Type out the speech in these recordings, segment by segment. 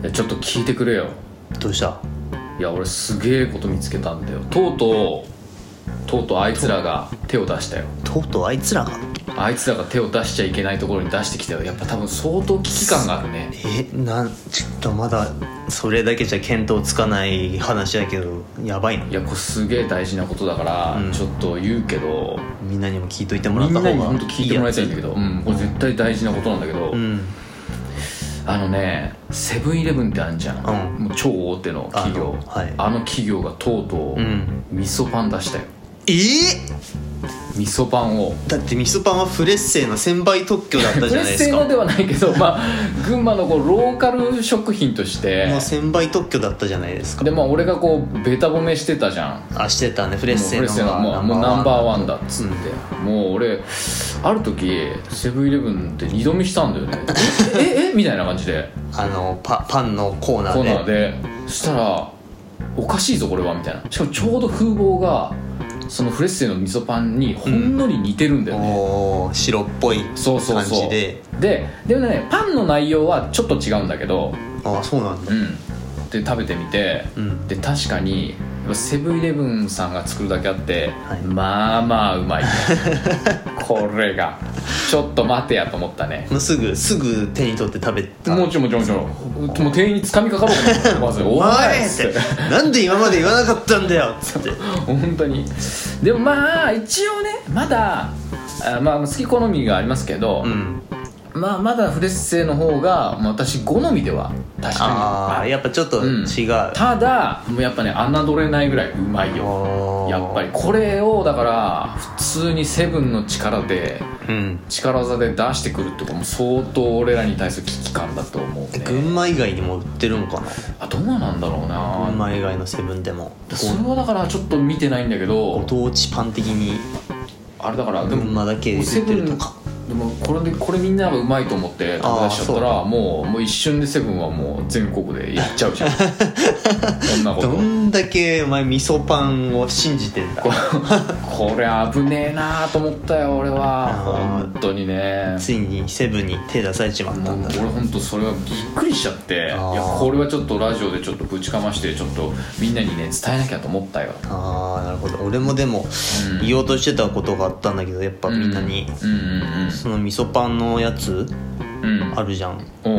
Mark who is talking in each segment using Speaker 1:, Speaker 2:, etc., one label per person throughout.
Speaker 1: いやちょっと聞いてくれよ
Speaker 2: どうした
Speaker 1: いや俺すげえこと見つけたんだよとうとうとうとうあいつらが手を出したよ
Speaker 2: とうとうあいつらが
Speaker 1: あいつらが手を出しちゃいけないところに出してきたよやっぱ多分相当危機感があるね
Speaker 2: えなんちょっとまだそれだけじゃ見当つかない話だけどやばいない
Speaker 1: やこれすげえ大事なことだから、
Speaker 2: うん
Speaker 1: ちょっと言うけど
Speaker 2: みんなにも聞いといてもら
Speaker 1: み
Speaker 2: っ
Speaker 1: ん
Speaker 2: た
Speaker 1: な
Speaker 2: 方が
Speaker 1: に本当聞いてもらいたいんだけ
Speaker 2: や
Speaker 1: どうんこれ絶対大事なことなんだけど、
Speaker 2: つうん
Speaker 1: あのねセブンイレブンってあんじゃん、
Speaker 2: う
Speaker 1: もう超大手の企業
Speaker 2: あのはい
Speaker 1: の企業がとうとう、
Speaker 2: うん
Speaker 1: 味噌パン出したよ
Speaker 2: え
Speaker 1: 味噌パンを
Speaker 2: だってミスパンはフレッセの1000倍特許だったじゃないです
Speaker 1: プレッセ
Speaker 2: か
Speaker 1: のではないけど、まあ、群馬のこうローカル食品として
Speaker 2: もう1000倍特許だったじゃないですか
Speaker 1: でまあ俺がこうベタ褒めしてたじゃん
Speaker 2: あしてたねフレ
Speaker 1: も
Speaker 2: ッ
Speaker 1: う
Speaker 2: セ
Speaker 1: プレ
Speaker 2: の
Speaker 1: ッセのもうもうナンバーワンだっつって、もう俺ある時セブンイレブンって二度見したん だよねえええみたいな感じで
Speaker 2: あのパパンのコーナ
Speaker 1: コ
Speaker 2: ー
Speaker 1: ー
Speaker 2: で
Speaker 1: ナーでそしたらおかしいぞこれはみたいなしかもちょうど風貌がそのフレッセの味噌パンにほんのり似てるんだよね、
Speaker 2: おー白っぽい
Speaker 1: そうそう
Speaker 2: 感
Speaker 1: そ
Speaker 2: じ
Speaker 1: う
Speaker 2: で
Speaker 1: ででもねパンの内容はちょっと違うんだけど
Speaker 2: ああそうなんだ
Speaker 1: うんで食べてみて、
Speaker 2: うん
Speaker 1: で確かにセブンイレブンさんが作るだけあって、
Speaker 2: はい
Speaker 1: まあまあう まいこれがちょっと待てやと思ったね
Speaker 2: もうすぐすぐ手に取って食べた
Speaker 1: もちろんもちろんもちろんもう店員につかみかかろうと思ってまず「お
Speaker 2: お
Speaker 1: 前
Speaker 2: い!」
Speaker 1: っ
Speaker 2: っ
Speaker 1: つって
Speaker 2: てなんで今まで言わなかったんだよっつって
Speaker 1: 本当にでもまあ一応ねまだあまあ好き好みがありますけど、
Speaker 2: うん
Speaker 1: まあまだフレッセの方が、まあ、私好みでは確かに
Speaker 2: あ
Speaker 1: あ
Speaker 2: あ
Speaker 1: る
Speaker 2: やっぱちょっと
Speaker 1: うん
Speaker 2: 違う、
Speaker 1: ただもうやっぱね侮れないぐらいうまいよ
Speaker 2: おー
Speaker 1: やっぱりこれをだから普通にセブンの力で
Speaker 2: うん
Speaker 1: 力技で出してくるってことも相当俺らに対する危機感だと思うね
Speaker 2: 群馬以外にも売ってるのかな
Speaker 1: あどうなんだろう
Speaker 2: 群
Speaker 1: な
Speaker 2: 馬以外のセブンでも
Speaker 1: それはだからちょっと見てないんだけ
Speaker 2: ご
Speaker 1: ど
Speaker 2: 当地パン的に
Speaker 1: あれだからで
Speaker 2: 群
Speaker 1: も
Speaker 2: 馬だけで
Speaker 1: セ
Speaker 2: 売って
Speaker 1: ブ
Speaker 2: る
Speaker 1: ン
Speaker 2: とか
Speaker 1: でもこれでこれみんながうまいと思って食べ出しちゃったらもうもう一瞬でセブンはもう全国でやっちゃう じゃんそんなこ
Speaker 2: ど
Speaker 1: と
Speaker 2: んだけお前味噌パンを信じてんだ
Speaker 1: これ危ねえなと思ったよ俺は
Speaker 2: あー
Speaker 1: 本当にね
Speaker 2: ついにセブンに手出されちまった
Speaker 1: もうん
Speaker 2: だ
Speaker 1: 俺本当それはびっくりしちゃっていや
Speaker 2: あー
Speaker 1: これはちょっとラジオでちょっとぶちかましてちょっとみんなにね伝えなきゃと思ったよ
Speaker 2: ああなるほど俺もでも
Speaker 1: うん
Speaker 2: 言おうとしてたことがあったんだけどやっぱみんなに
Speaker 1: うん
Speaker 2: その味噌パンのやつ
Speaker 1: うんうんうん
Speaker 2: あるじゃんこ
Speaker 1: おう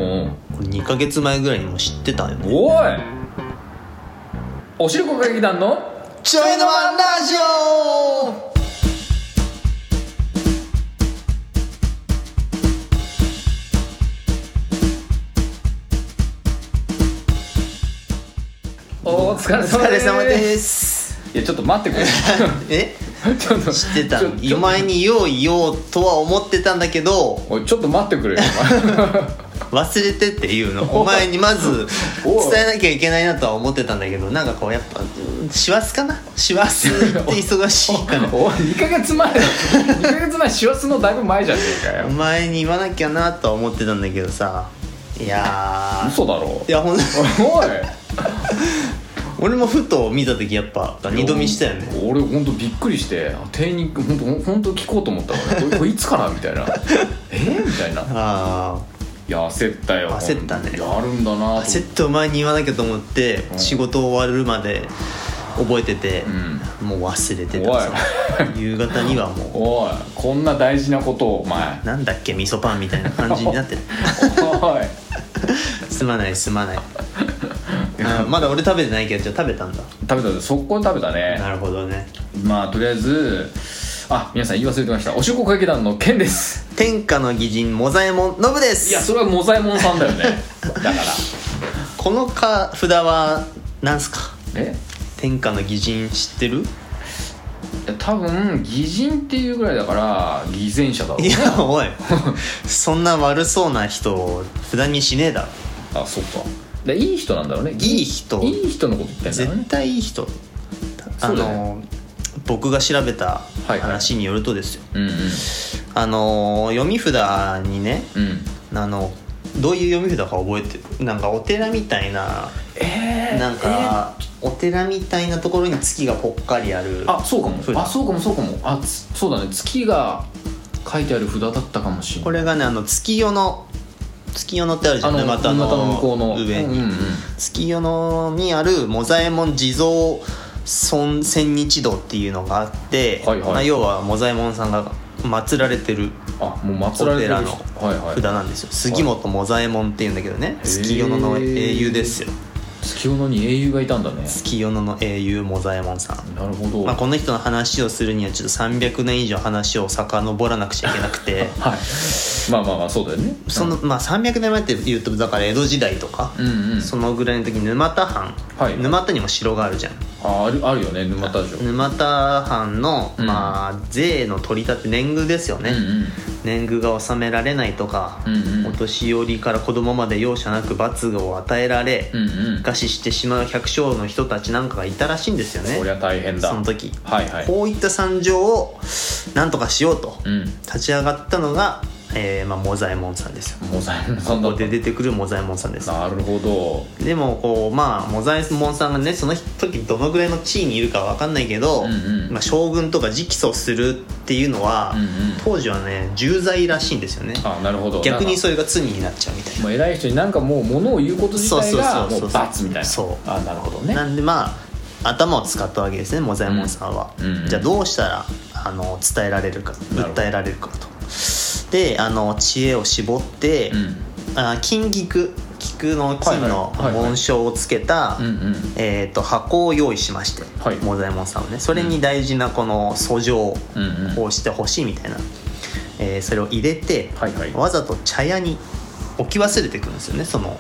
Speaker 2: れ2ヶ月前ぐらいにも知ってたよね
Speaker 1: おうおいおしるこ歌劇団の
Speaker 2: ちょいのワンラジオ
Speaker 1: お疲れ
Speaker 2: お
Speaker 1: 様
Speaker 2: 疲れ
Speaker 1: です
Speaker 2: 様です
Speaker 1: いやちょっと待ってくれ
Speaker 2: え
Speaker 1: ちょっと
Speaker 2: 知ってた
Speaker 1: ちょちょ
Speaker 2: お前によう言おうとは思ってたんだけど
Speaker 1: おいちょっと待ってくれよ
Speaker 2: 忘れてっていうのお前にまず
Speaker 1: おい
Speaker 2: 伝えなきゃいけないなとは思ってたんだけどなんかこうやっぱうん師走かな師走って忙しいか
Speaker 1: お
Speaker 2: ら
Speaker 1: 前おい2ヶ月前2ヶ月前師走のだいぶ前じゃねえかよ
Speaker 2: お前に言わなきゃなとは思ってたんだけどさいや
Speaker 1: 嘘だろ
Speaker 2: ーいやほんと
Speaker 1: おい
Speaker 2: 俺もふと見た時やっぱ二度見したよね
Speaker 1: 俺俺本当びっくりして店員に本当本当聞こうと思ったからこれこれいつからみたい なえー、みたいない
Speaker 2: あ
Speaker 1: や焦ったよ
Speaker 2: 焦ったね
Speaker 1: やるんだ
Speaker 2: あ
Speaker 1: なと
Speaker 2: 焦ってお前に言わなきゃと思って
Speaker 1: うん
Speaker 2: 仕事終わるまで覚えてて
Speaker 1: うん
Speaker 2: もう忘れて
Speaker 1: おい
Speaker 2: た夕方にはも
Speaker 1: おいこんな大事なことをお前
Speaker 2: う なんだっけ味噌パンみたいな感じになってる
Speaker 1: おい
Speaker 2: すまないすま ないうんまだ俺食べてないけどじゃあ食べたんだ
Speaker 1: 食べた速攻で食べたね
Speaker 2: なるほどね
Speaker 1: まあとりあえずあ皆さん言い忘れてましたおしっこ歌劇団のケンです
Speaker 2: 天下の義人モザエモンノブで
Speaker 1: いや
Speaker 2: す
Speaker 1: それはモザイモンさんだよねだから
Speaker 2: このか札はなんすか
Speaker 1: え
Speaker 2: 天下の義人知ってる
Speaker 1: い や多分偽人っていうぐらいだから偽善者だろう
Speaker 2: いやおいそんな悪そうな人を札にしねえだろ
Speaker 1: あそっかでいい人なんだろうね
Speaker 2: いい人
Speaker 1: いい人のこと言ってんだろうね
Speaker 2: 絶対いい人あ
Speaker 1: そうだね
Speaker 2: の僕が調べた
Speaker 1: はいはい
Speaker 2: 話によるとですよ、
Speaker 1: うんうん
Speaker 2: あの読み札にね
Speaker 1: うん
Speaker 2: あのどういう読み札か覚えてるなんかお寺みたいな
Speaker 1: え
Speaker 2: なんかお寺みたいなところに月がぽっかりある
Speaker 1: あそうかも
Speaker 2: そうだ
Speaker 1: あそうかもそうかもあつそうだね月が書いてある札だったかもしれない
Speaker 2: これがねあの月夜の月夜野ってあるじゃん
Speaker 1: あの
Speaker 2: 沼田の
Speaker 1: 沼田の向こうの
Speaker 2: 上に、
Speaker 1: うんうん
Speaker 2: 月夜野にあるモザエモン地蔵尊千日堂っていうのがあって、
Speaker 1: はいはい
Speaker 2: まあ、要はモザエモンさんが祀られてる
Speaker 1: あもう
Speaker 2: お
Speaker 1: 祭られてる
Speaker 2: 寺の
Speaker 1: 人はいはい
Speaker 2: 札なんですよ、杉本モザエモンっていうんだけどね
Speaker 1: へー
Speaker 2: 月夜野の英雄ですよ
Speaker 1: 月夜野に英雄がいたんだね
Speaker 2: 月夜野の英雄モザエモンさん
Speaker 1: なるほど、
Speaker 2: まあ、この人の話をするにはちょっと300年以上話を遡らなくちゃいけなく て
Speaker 1: はいまあまあまあそうだよね
Speaker 2: その、まあ、300年前って言うとだから江戸時代とか、
Speaker 1: うんうん
Speaker 2: そのぐらいの時に沼田藩、
Speaker 1: はい
Speaker 2: 沼田にも城があるじゃん
Speaker 1: ああるあるよね沼田城うん
Speaker 2: 沼田藩の、
Speaker 1: うん
Speaker 2: まあ、税の取り立て年貢ですよね、
Speaker 1: うん
Speaker 2: 年貢が納められないとか、
Speaker 1: うんうん
Speaker 2: お年寄りから子供まで容赦なく罰を与えられ、
Speaker 1: うんうん
Speaker 2: 餓死してしまう百姓の人たちなんかがいたらしいんですよね
Speaker 1: こりゃ大変だ
Speaker 2: その時
Speaker 1: はいはい
Speaker 2: こういった惨状をなんとかしようと
Speaker 1: うん
Speaker 2: 立ち上がったのが、えーまあ、モザエモンさんですよ
Speaker 1: モザイモンさんだっ
Speaker 2: ここで出てくるモザエモンさんです
Speaker 1: たなるほど
Speaker 2: でもこうまあモザエモンさんがねその時どのぐらいの地位にいるかわかんないけど、
Speaker 1: うんうん
Speaker 2: まあ、将軍とか直訴するっていうのは、
Speaker 1: うんうん
Speaker 2: 当時はね重罪らしいんですよね
Speaker 1: あなるほど
Speaker 2: 逆に
Speaker 1: なんか
Speaker 2: それが罪になっちゃうみたいな
Speaker 1: もう偉い人になんかもう物を言うこと自体が
Speaker 2: そうそうそう
Speaker 1: も
Speaker 2: そう
Speaker 1: う罰みたいな
Speaker 2: そう
Speaker 1: あなるほどね
Speaker 2: なんでまあ頭を使ったわけですねモザエモンさんは、
Speaker 1: うんうんうん
Speaker 2: じゃあどうしたらあの伝えられるか
Speaker 1: なるほど
Speaker 2: 訴えられるかとであの知恵を絞って、
Speaker 1: うん
Speaker 2: あ金菊菊の金の
Speaker 1: はいはいはいはい
Speaker 2: 紋章をつけた、
Speaker 1: うんうん
Speaker 2: えー、と箱を用意しまして、
Speaker 1: はい
Speaker 2: モザエモンさんはねそれに大事なこの訴状
Speaker 1: うんうん
Speaker 2: をしてほしいみたいな、えーそれを入れて、
Speaker 1: はいはいあ
Speaker 2: わざと茶屋に置き忘れてくるんですよねその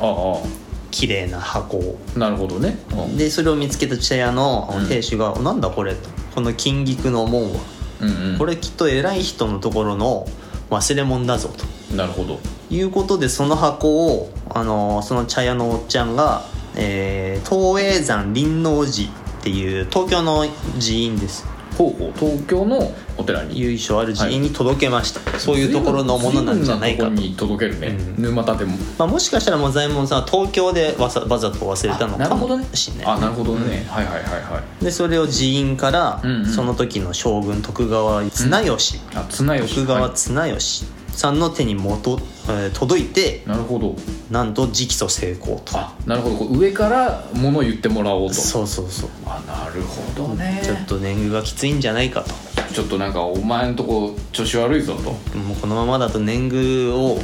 Speaker 1: あ
Speaker 2: 綺麗な箱を。
Speaker 1: あなるほどねうん
Speaker 2: でそれを見つけた茶屋の
Speaker 1: うん
Speaker 2: 亭主が「おなんだこれ」とこの金菊の門は
Speaker 1: うん
Speaker 2: これきっと偉い人のところの忘れ物だぞと
Speaker 1: うんなるほど
Speaker 2: いうことでその箱を、あのーその茶屋のおっちゃんが、えー東映山輪王寺っていう東京の寺院です
Speaker 1: ほうほう東京のお寺に
Speaker 2: 由緒ある寺院に届けました、そういうところのものなんじゃないか
Speaker 1: 随
Speaker 2: と
Speaker 1: 分随分なとこに届けるね、
Speaker 2: うん
Speaker 1: 沼田でも
Speaker 2: まあ、もしかしたらもう左衛門さんは東京でわざわざと忘れたの
Speaker 1: なる
Speaker 2: か
Speaker 1: ほどね
Speaker 2: もしれない
Speaker 1: あなるほどね、はいはいはいはい
Speaker 2: でそれを寺院から、
Speaker 1: うんうん
Speaker 2: その時の将軍徳川綱吉、
Speaker 1: あ綱吉
Speaker 2: 徳川
Speaker 1: はい
Speaker 2: 綱吉さんの手に元、えー届いて
Speaker 1: なるほど
Speaker 2: なんと直訴成功と
Speaker 1: あなるほどこう上からものを言ってもらおうと
Speaker 2: そうそうそう
Speaker 1: あなるほどね
Speaker 2: ちょっと年貢がきついんじゃないかと
Speaker 1: ちょっとなんかお前んとこ調子悪いぞと
Speaker 2: もうこのままだと年貢を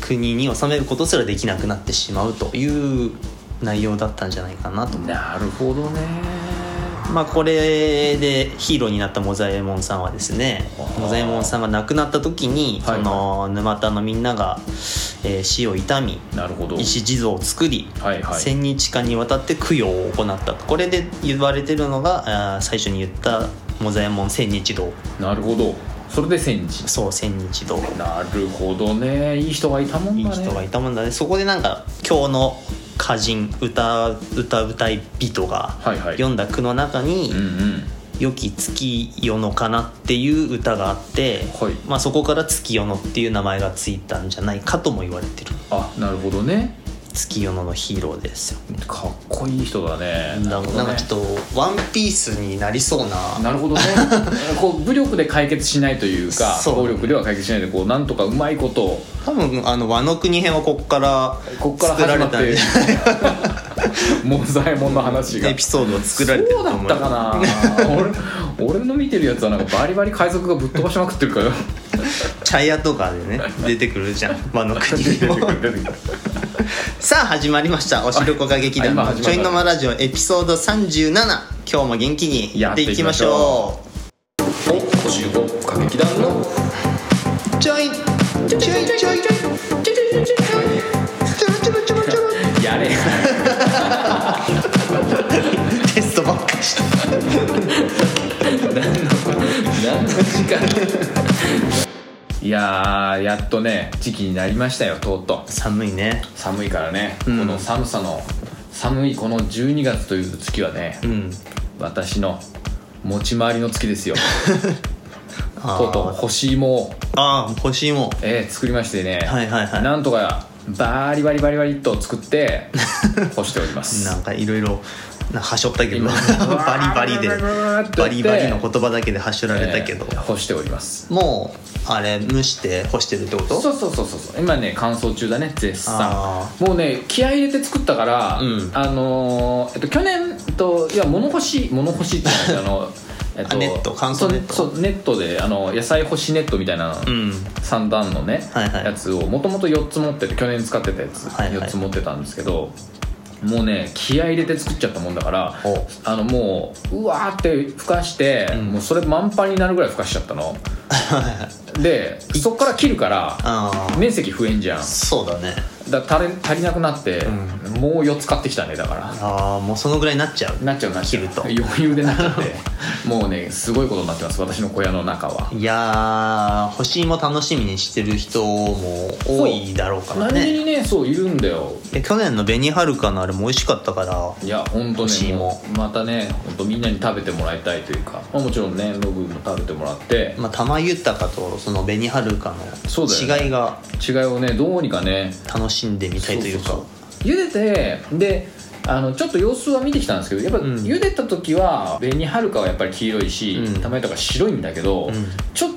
Speaker 2: 国に納めることすらできなくなってしまうという内容だったんじゃないかなと
Speaker 1: なるほどね
Speaker 2: まあこれでヒーローになったモザエモンさんはですね
Speaker 1: あー
Speaker 2: モザエモンさんが亡くなった時に
Speaker 1: は
Speaker 2: そ
Speaker 1: い
Speaker 2: の沼田のみんなが、えー死を悼み
Speaker 1: なるほど
Speaker 2: 石地蔵を作り、
Speaker 1: はいはい
Speaker 2: 千日間にわたって供養を行ったとこれで言われてるのがあー最初に言ったモザエモン千日堂
Speaker 1: なるほどそれで戦時
Speaker 2: そう千日堂
Speaker 1: なるほどねいい人がいたもん
Speaker 2: いい
Speaker 1: だね
Speaker 2: 人がいたもんだねそこでなんか今日の歌人歌歌歌い人が
Speaker 1: はいはい
Speaker 2: 読んだ句の中に
Speaker 1: うんうん
Speaker 2: 「良き月夜のかな」っていう歌があって、
Speaker 1: はい
Speaker 2: まあ、そこから月夜のっていう名前がついたんじゃないかとも言われてる
Speaker 1: あなるほどね
Speaker 2: 月夜野のヒーローですよ
Speaker 1: かっこいい人だね
Speaker 2: なんかなんかちょっとワンピースになりそうな
Speaker 1: なる ほどねこう武力で解決しないというか
Speaker 2: そう
Speaker 1: 暴力では解決しないでこうなんとかうまいことを
Speaker 2: 多分あの和の国編はこっから
Speaker 1: こっから始まっ
Speaker 2: 作られ
Speaker 1: て
Speaker 2: た
Speaker 1: 門左衛門の話が
Speaker 2: エピソードを作られてると思
Speaker 1: そううだったかな俺俺の見てるやつはなんかバリバリ海賊がぶっ飛ばしまくってるから
Speaker 2: 茶屋とかでね出てくるじゃん和の国にもさあ始まりました「おしるこ歌劇団
Speaker 1: あ今
Speaker 2: の
Speaker 1: 始ま
Speaker 2: ちょ
Speaker 1: った
Speaker 2: いのまラジオ」エピソード37今日も元気にやっていきましょ
Speaker 1: おおしるこ歌劇団の
Speaker 2: うちょいちょいちょいちょいちょいちょろちょろちょろちょろ
Speaker 1: やれ
Speaker 2: テストばっかりして
Speaker 1: 何の時間いやーやっとね時期になりましたよとうとう
Speaker 2: 寒いね
Speaker 1: 寒いからね、
Speaker 2: うん
Speaker 1: この寒さの寒いこの12月という月はね、
Speaker 2: うん
Speaker 1: 私の持ち回りの月ですよ
Speaker 2: あ
Speaker 1: とうとう
Speaker 2: ー
Speaker 1: 干し芋を、
Speaker 2: あー欲しいもん
Speaker 1: えー作りましてね、
Speaker 2: はいはいはい
Speaker 1: なんと かバリバリバリバリっと作って干しております
Speaker 2: なんかいろいろなはしょったけど
Speaker 1: 今
Speaker 2: バリ バリでバリバリの言葉だけではしょられたけど、
Speaker 1: えー干しております
Speaker 2: もうあれ蒸して干してるってこと
Speaker 1: そうそうそうそうそう今ね乾燥中だね絶賛
Speaker 2: あ
Speaker 1: もうね気合い入れて作ったから、
Speaker 2: うん
Speaker 1: あのーえっと、去年えっといや物干し物干しって言うのあのえっ
Speaker 2: あネット乾燥ネット
Speaker 1: そうそうネットであの野菜干しネットみたいなの、
Speaker 2: うん
Speaker 1: 三段のね、
Speaker 2: はいはい
Speaker 1: やつをもともと4つ持ってて去年使ってたやつ、
Speaker 2: はいは
Speaker 1: 4
Speaker 2: い
Speaker 1: つ持ってたんですけどもうね気合い入れて作っちゃったもんだから
Speaker 2: お
Speaker 1: あのもううわーってふかして、
Speaker 2: ん
Speaker 1: もうそれ満杯になるぐらいふかしちゃったのでそっから切るから
Speaker 2: ああ
Speaker 1: 面積増えんじゃん
Speaker 2: そうだね
Speaker 1: だ足り足りなくなって、もう4つ買ってきたねだから
Speaker 2: ああもうそのぐらいになっちゃう
Speaker 1: なっちゃうなっちゃう
Speaker 2: 切ると
Speaker 1: 余裕でなっちゃってもうねすごいことになってます私の小屋の中はい
Speaker 2: やー干し芋楽しみにしてる人も多いだろうから
Speaker 1: 何気
Speaker 2: ね
Speaker 1: にねそういるんだよ
Speaker 2: で去年の紅はるかのあれも美味しかったから
Speaker 1: いや本当
Speaker 2: 欲しい
Speaker 1: ね
Speaker 2: もん
Speaker 1: もうまたね本当みんなに食べてもらいたいというか、まあ、もちろんねノブも食べてもらって
Speaker 2: まあ、玉豊とその紅はるか
Speaker 1: そうだよ
Speaker 2: の
Speaker 1: ね
Speaker 2: 違いが
Speaker 1: 違いをねどうにかね
Speaker 2: 楽しんでみたいという
Speaker 1: そ
Speaker 2: か
Speaker 1: そそう茹でてであのちょっと様子は見てきたんですけどやっぱ
Speaker 2: ん
Speaker 1: 茹でた時は紅はるかはやっぱり黄色いし、
Speaker 2: うん
Speaker 1: 玉豊は白いんだけど、
Speaker 2: ん
Speaker 1: ちょっ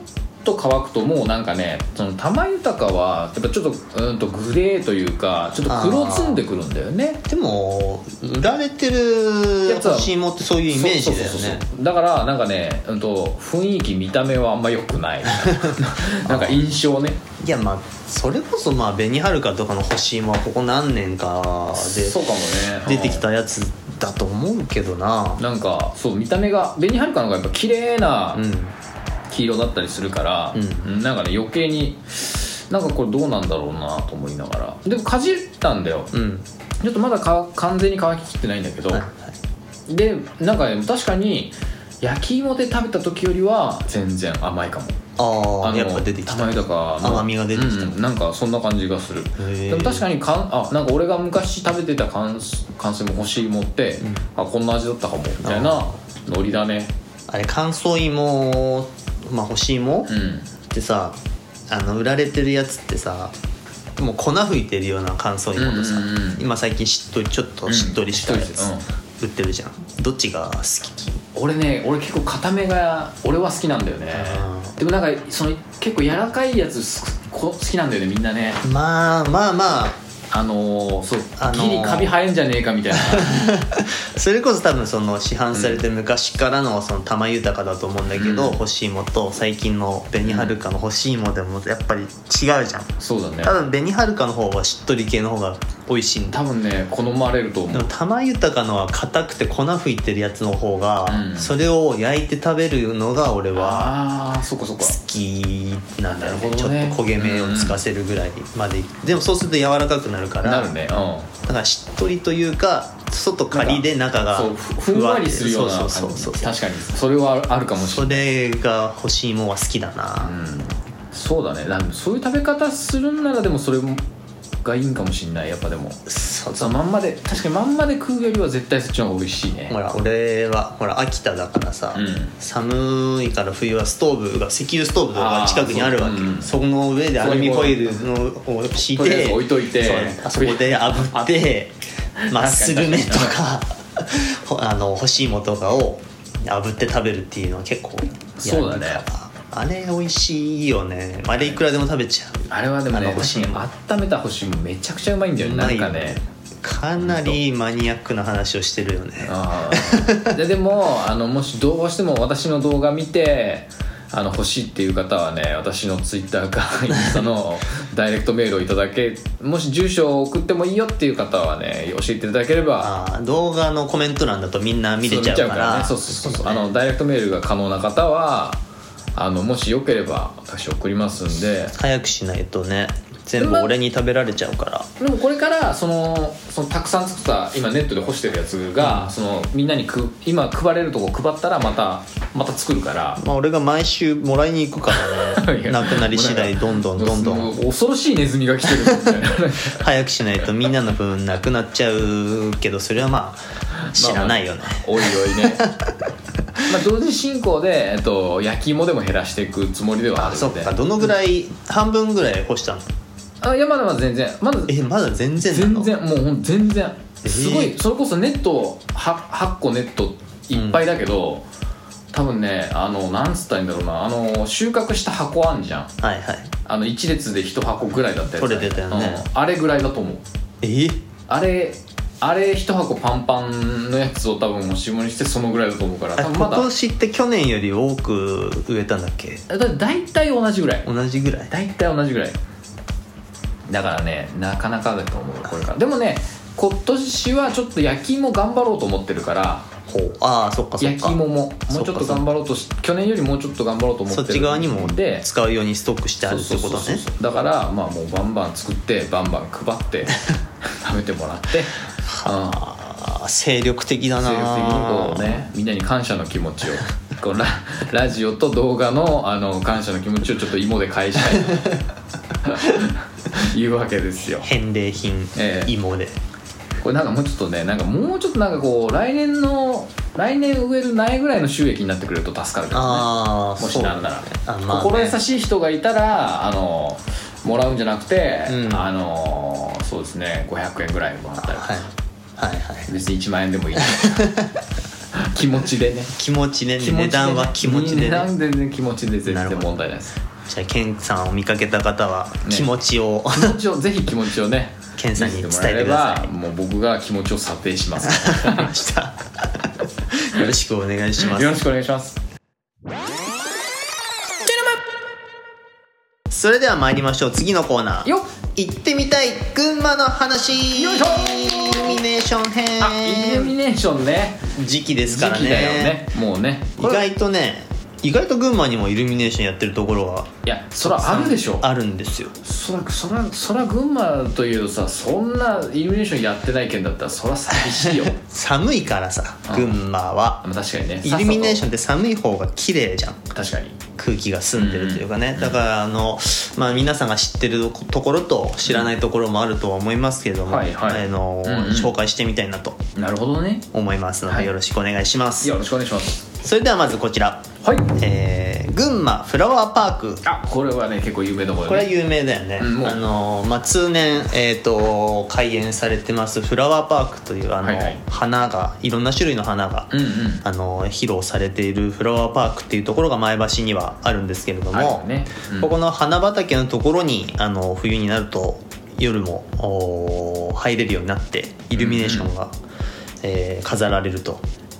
Speaker 1: と乾くともうなんかねその玉豊はやっぱちょっとうーんとグレーというかちょっと黒ずんでくるんだよね
Speaker 2: でも売られてる
Speaker 1: やつは
Speaker 2: 干し芋ってそういうイメージだよ
Speaker 1: そうそうそう
Speaker 2: ね
Speaker 1: そうだからなんかね、うん、と雰囲気見た目はあんま良く ないなんか印象ね
Speaker 2: いやまあそれこそまあ紅はるかとかの干し芋はここ何年か
Speaker 1: そうかもね
Speaker 2: で出てきたやつだと思うけどな
Speaker 1: なんかそう見た目が紅はるかの方がやっぱ綺麗な
Speaker 2: うん
Speaker 1: 黄色だったりするから、
Speaker 2: う
Speaker 1: なんかね余計になんかこれどうなんだろうなと思いながらでもかじったんだよ
Speaker 2: うん
Speaker 1: ちょっとまだか完全に乾ききってないんだけど、
Speaker 2: はいはい
Speaker 1: でなんかね確かに焼き芋で食べた時よりは全然甘いかも
Speaker 2: あ
Speaker 1: あ
Speaker 2: あ
Speaker 1: の
Speaker 2: やっぱ出てきた
Speaker 1: 玉豊の
Speaker 2: 甘みが出てきた
Speaker 1: うんうんなんかそんな感じがする
Speaker 2: ー
Speaker 1: でも確かにかんあなんか俺が昔食べてた乾乾水も欲しいもって、あこんな味だったかもみたいなノリだね
Speaker 2: あれ乾燥芋まあ干し芋、
Speaker 1: うん
Speaker 2: ってさあの売られてるやつってさもう粉吹いてるような乾燥芋とさ、
Speaker 1: うんうんうん
Speaker 2: 今最近しっとりちょっとしっとりしたや
Speaker 1: うんし
Speaker 2: つ、
Speaker 1: っとりして
Speaker 2: 売ってるじゃんどっちが好き
Speaker 1: 俺ね俺結構固めが俺は好きなんだよね
Speaker 2: あ
Speaker 1: でもなんかその結構柔らかいやつすこ好きなんだよねみんなね
Speaker 2: まあまあまあ
Speaker 1: あのー、そう、
Speaker 2: あのー
Speaker 1: ギリカビ生えんじゃねえかみたいな
Speaker 2: それこそ多分その市販されてる昔からのその玉豊だと思うんだけど、
Speaker 1: うん
Speaker 2: 干し芋と最近の紅はるかの干し芋でもやっぱり違うじゃん
Speaker 1: そう だね
Speaker 2: 多分紅はるかの方はしっとり系の方が美味しいんだ
Speaker 1: 多分ね好まれると思
Speaker 2: で
Speaker 1: う
Speaker 2: も玉豊のは硬くて粉吹いてるやつの方が、
Speaker 1: うん
Speaker 2: それを焼いて食べるのが俺は
Speaker 1: ああーそっかそっか
Speaker 2: 好きなんだよね
Speaker 1: なる
Speaker 2: ち
Speaker 1: ほ
Speaker 2: ょ
Speaker 1: どね
Speaker 2: っと焦げ目をつかせるぐらいまで、でもそうすると柔らかくなるから
Speaker 1: なるねうん
Speaker 2: だからしっとりというか外カリで中が
Speaker 1: そうふふんわりするような
Speaker 2: そ
Speaker 1: 感
Speaker 2: う
Speaker 1: じ
Speaker 2: そうそうそう
Speaker 1: 確かにそれはあるかもしれ
Speaker 2: そ
Speaker 1: ない
Speaker 2: れが欲しいもんは好きだな、
Speaker 1: そうだねだからそういう食べ方するんならでもそれがいいんかもしれないやっぱでも
Speaker 2: そう
Speaker 1: そのまんまで確かにまんまで食うよりは絶対そっちの方が美味しいね
Speaker 2: ほら俺はほら秋田だからさ、
Speaker 1: うん
Speaker 2: 寒いから冬はストーブが石油ストーブが近くにあるわけ
Speaker 1: あーそ
Speaker 2: そ,、
Speaker 1: ううん
Speaker 2: の上でアルミホイルのを敷い
Speaker 1: とりあえ
Speaker 2: て
Speaker 1: ず置いといて
Speaker 2: そうあそこで 炙ってまっすぐねと
Speaker 1: 確
Speaker 2: かほ あの干し芋とかを炙って食べるっていうのは結構やるから
Speaker 1: そうだね
Speaker 2: あれ美味しいよねあれいくらでも食べちゃう
Speaker 1: あれはでも
Speaker 2: あの
Speaker 1: ね
Speaker 2: 干し芋
Speaker 1: 温めた干し芋めちゃくちゃうまいんだよねなんかね
Speaker 2: かなりマニアックな話をしてるよね
Speaker 1: あーででもあのもしどうしても私の動画見てあの欲しいっていう方はね私のツイッターかインスタのダイレクトメールをいただけもし住所を送ってもいいよっていう方はね教えていただければ
Speaker 2: あー動画のコメント欄だとみんな見れちゃうから
Speaker 1: そう見ちゃうからねそうそうそうあのダイレクトメールが可能な方はあのもしよければ私送りますんで
Speaker 2: 早くしないとね全部
Speaker 1: まあ
Speaker 2: 俺に食べられちゃうから
Speaker 1: でもこれからそのそのたくさん作った今ネットで干してるやつが、そのみんなにく今配れるとこ配ったらまたまた作るから
Speaker 2: まあ俺が毎週もらいに行くから
Speaker 1: い
Speaker 2: ね
Speaker 1: や
Speaker 2: なくなり次第どんどんどんど
Speaker 1: も
Speaker 2: ん
Speaker 1: う恐ろしいネズミが来てるみたいな
Speaker 2: 早くしないとみんなの分なくなっちゃうけどそれはまあ知らないよね
Speaker 1: おいおいね まあ同時進行で、えっと、焼き芋でも減らしていくつもりではあるんで
Speaker 2: そっかどのぐらい半分ぐらい干したの
Speaker 1: あいやまだまだ全然まだ
Speaker 2: えまだ全然な
Speaker 1: 全
Speaker 2: の
Speaker 1: 然もうほん全然すご
Speaker 2: え
Speaker 1: いそれこそネット 8, 8個ネットいっぱいだけど、多分ねあのなんつったらいいんだろうなあの収穫した箱あんじゃん
Speaker 2: はいはい
Speaker 1: あの1列で1箱ぐらいだったやつ、
Speaker 2: 取れてたよね
Speaker 1: うんあれぐらいだと思う
Speaker 2: え
Speaker 1: あれあれ1箱パンパンのやつを多分もう霜にしてそのぐらいだと思うから
Speaker 2: あ
Speaker 1: 多分ま
Speaker 2: 今
Speaker 1: だ
Speaker 2: 年って去年より多く植えたんだっけ
Speaker 1: だ大体同じぐらい
Speaker 2: 同じぐらい
Speaker 1: 大体同じぐらいだからねなかなかだと思うよこれからでもね今年はちょっと焼き芋頑張ろうと思ってるから
Speaker 2: ほうああそっかそっか
Speaker 1: 焼き芋もも
Speaker 2: そうっ
Speaker 1: ちょ
Speaker 2: か
Speaker 1: っと頑張ろうとし去年よりもうちょっと頑張ろうと思って
Speaker 2: そ
Speaker 1: る
Speaker 2: っち側にも
Speaker 1: んで
Speaker 2: 使うようにストックしてあるってこと
Speaker 1: そうそう
Speaker 2: ね
Speaker 1: そうそうだからまあもうバンバン作ってバンバン配って 食べてもらって、うん、
Speaker 2: ああ精力的だな
Speaker 1: 精力的にこうねみんなに感謝の気持ちを こうララジオと動画のあの感謝の気持ちをちょっと芋で返したいと いうわけですよ
Speaker 2: 返礼品、
Speaker 1: ええ
Speaker 2: 芋で
Speaker 1: これなんかもうちょっとねなんかもうちょっとなんかこう来年の来年植える苗ぐらいの収益になってくれると助かるけどね
Speaker 2: ああ
Speaker 1: もしなんなら、
Speaker 2: あまあね
Speaker 1: 心優しい人がいたらあのもらうんじゃなくて、
Speaker 2: うん
Speaker 1: あのそうですね500円ぐらいもらったら、
Speaker 2: はいはいはい
Speaker 1: 別に1万円でもいい 気持ちでね
Speaker 2: 気持ちでね値段は気持ちでね
Speaker 1: 値段でね気持ちで全
Speaker 2: なる
Speaker 1: 然
Speaker 2: ほど
Speaker 1: 問題ないです
Speaker 2: じゃあケンさんを見かけた方は
Speaker 1: ね
Speaker 2: 気持ち を、
Speaker 1: 気持ちをぜひ気持ちをね
Speaker 2: ケンさんに
Speaker 1: 見
Speaker 2: 伝
Speaker 1: せもら
Speaker 2: えてくだ
Speaker 1: え
Speaker 2: さ
Speaker 1: ればもう僕が気持ちを査定します か
Speaker 2: いわかりましたよろしくお願いしま
Speaker 1: らよろ
Speaker 2: す
Speaker 1: しくお願いします
Speaker 2: それでは参りましょう次のコーナー
Speaker 1: よっ
Speaker 2: 行ってみたい群馬の話
Speaker 1: よいしょ
Speaker 2: イルミネーション
Speaker 1: あイルミ
Speaker 2: 編
Speaker 1: ネーションね
Speaker 2: 時期です
Speaker 1: 時
Speaker 2: から
Speaker 1: 期
Speaker 2: ね
Speaker 1: だよねもうね
Speaker 2: 意外とね意外と群馬にもイルミネーションやってるところはい
Speaker 1: やそらあるでしょ
Speaker 2: あるんですよ
Speaker 1: そらそらそら群馬というさそんなイルミネーションやってない県だったらそら寂しい よ
Speaker 2: 寒いからさ
Speaker 1: うん
Speaker 2: 群馬は
Speaker 1: あの確かにね
Speaker 2: イルミネーション
Speaker 1: ン
Speaker 2: って寒い方が綺麗じゃん
Speaker 1: 確かに
Speaker 2: 空気が澄んでるというかね、だからあの、まあ、皆さんが知ってるところと知らないところもあるとは思いますけども、
Speaker 1: はいはい
Speaker 2: あの
Speaker 1: うんうん
Speaker 2: 紹介してみたいなと
Speaker 1: なるほどね
Speaker 2: 思いますの
Speaker 1: は
Speaker 2: で
Speaker 1: い
Speaker 2: よろしくお願いします、
Speaker 1: よろしくお願いします
Speaker 2: それではまずこちら、
Speaker 1: はい
Speaker 2: えー群馬フラワーパーク
Speaker 1: あこれはね結構有名どころ
Speaker 2: こ
Speaker 1: よ
Speaker 2: れは
Speaker 1: ね
Speaker 2: 有名だよね、
Speaker 1: うんもう
Speaker 2: あのまあ、通年、えー、と開園されてますフラワーパークというあの、
Speaker 1: はいはい
Speaker 2: 花がいろんな種類の花が、
Speaker 1: うんうん
Speaker 2: あの披露されているフラワーパークっていうところが前橋にはあるんですけれど
Speaker 1: あ
Speaker 2: も、
Speaker 1: るねうん
Speaker 2: ここの花畑のところにあの冬になると夜もおー入れるようになってイルミネーションが、えー飾られると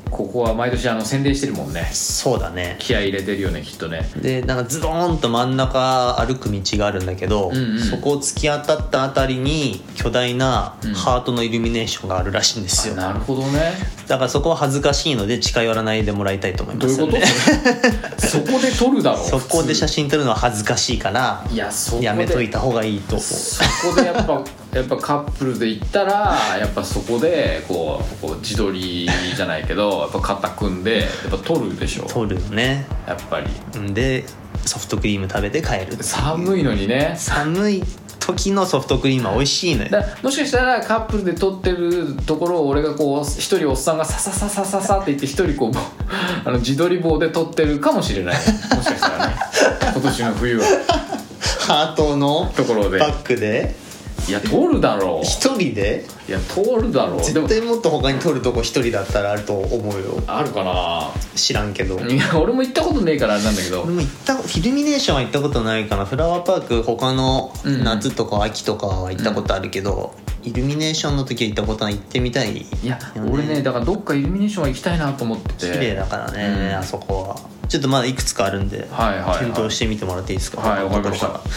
Speaker 1: ここは毎年あの宣伝してるもんね
Speaker 2: そうだね
Speaker 1: 気合い入れてるよねきっとね
Speaker 2: でなんかズドーンと真ん中歩く道があるんだけ
Speaker 1: ん
Speaker 2: ど、
Speaker 1: うん
Speaker 2: そこを突き当たったあたりに巨大な
Speaker 1: うん
Speaker 2: ハートのイルミネーションがあるらしいんですよ、
Speaker 1: なるほどね
Speaker 2: だからそこは恥ずかしいので近寄らないでもらいたいと思い
Speaker 1: どうい
Speaker 2: ま
Speaker 1: う
Speaker 2: す
Speaker 1: こと そこで撮るだろ
Speaker 2: そこで写
Speaker 1: 真
Speaker 2: 真撮るのは恥ずかしいから
Speaker 1: いやそこで
Speaker 2: やめといた方がいいと思
Speaker 1: そこでやっぱ やっぱカップルで行ったらやっぱそこでこうこう自撮りじゃないけどやっぱ肩組んでやっぱ撮るでしょ
Speaker 2: う撮るよね
Speaker 1: やっぱり
Speaker 2: んでソフトクリーム食べて帰る
Speaker 1: 寒いのにね
Speaker 2: 寒い時のソフトクリームは美味しいのよ
Speaker 1: だもしかしたらカップルで撮ってるところを俺がこう一人おっさんがササササササって言って一人こう あの自撮り棒で撮ってるかもしれないもしかした らね今年の冬は
Speaker 2: ハートの
Speaker 1: ところで
Speaker 2: バッグで
Speaker 1: いや撮るだろう
Speaker 2: 一人で
Speaker 1: いや通るだろうで
Speaker 2: 絶
Speaker 1: も
Speaker 2: 対もっと他に撮るとこ一人だったらあると思うよ
Speaker 1: あるかな
Speaker 2: 知らんけど俺
Speaker 1: いや俺も行ったことねえからあれなんだけど
Speaker 2: も行ったフィルミネーションは行ったことないかなフラワーパーク他の
Speaker 1: うん
Speaker 2: 夏とか秋とかは行ったことあるけど、イルミネーションの時は行ったことない行ってみたい
Speaker 1: いや俺ねだからどっかイルミネーションは行きたいなと思ってて
Speaker 2: 綺麗だからね、
Speaker 1: うん
Speaker 2: あそこはちょっとまだいくつかあるんで、
Speaker 1: はいはいはい
Speaker 2: 検討してみてもらっていいですか
Speaker 1: はい
Speaker 2: 他のところから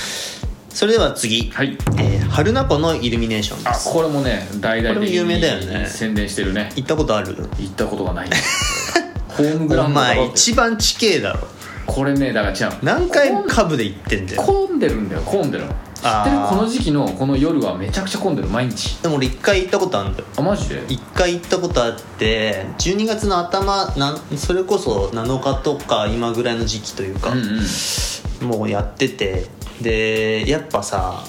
Speaker 2: それでは次、
Speaker 1: はい
Speaker 2: えー春名湖のイルミネーションで
Speaker 1: あ
Speaker 2: す
Speaker 1: これもね大々
Speaker 2: これ
Speaker 1: 的
Speaker 2: も有名だよね
Speaker 1: に宣伝してるね
Speaker 2: 行ったことある
Speaker 1: 行ったことが ないホームグラ
Speaker 2: お
Speaker 1: ウンドだろ
Speaker 2: 前
Speaker 1: って
Speaker 2: 一番地形だろ
Speaker 1: これねだから違う
Speaker 2: 何回カブで行ってんだよ
Speaker 1: 混んでるんだよ混んでるの知
Speaker 2: あー
Speaker 1: ってるこの時期のこの夜はめちゃくちゃ混んでる毎日
Speaker 2: でも俺一回行ったことあるんだよ
Speaker 1: あマジで
Speaker 2: 一回行ったことあって12月の頭なんそれこそ7日とか今ぐらいの時期というか、
Speaker 1: うんうん
Speaker 2: もうやっててでやっぱさ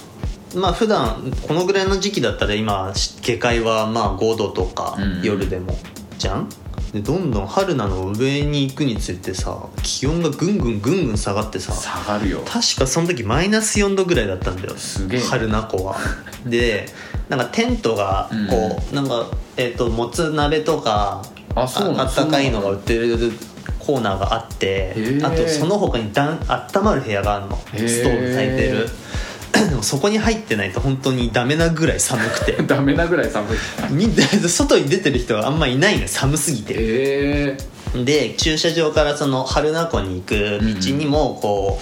Speaker 2: まあ普段このぐらいの時期だったら今し下界はまあ5度とか
Speaker 1: うん
Speaker 2: 夜でも、じゃんでどんどん春菜の上に行くにつれてさ気温がぐんぐんぐんぐん下がってさ
Speaker 1: 下がるよ
Speaker 2: 確かその時マイナス4度ぐらいだったんだよ
Speaker 1: すげえ
Speaker 2: 春名湖はでなんかテントがこう、なんかえっ、ともつ鍋とか
Speaker 1: あそうなんだ
Speaker 2: あったかいのが売ってるコーナーがあって
Speaker 1: へえ
Speaker 2: あとその他に暖あったまる部屋があるの
Speaker 1: へえ
Speaker 2: ストーブ焚いてる でもそこに入ってないと本当にダメなぐらい寒くて
Speaker 1: ダメなぐらい寒い
Speaker 2: みんな外に出てる人はあんまいないの寒すぎて
Speaker 1: ええ
Speaker 2: で駐車場からその春名湖に行く道にもこう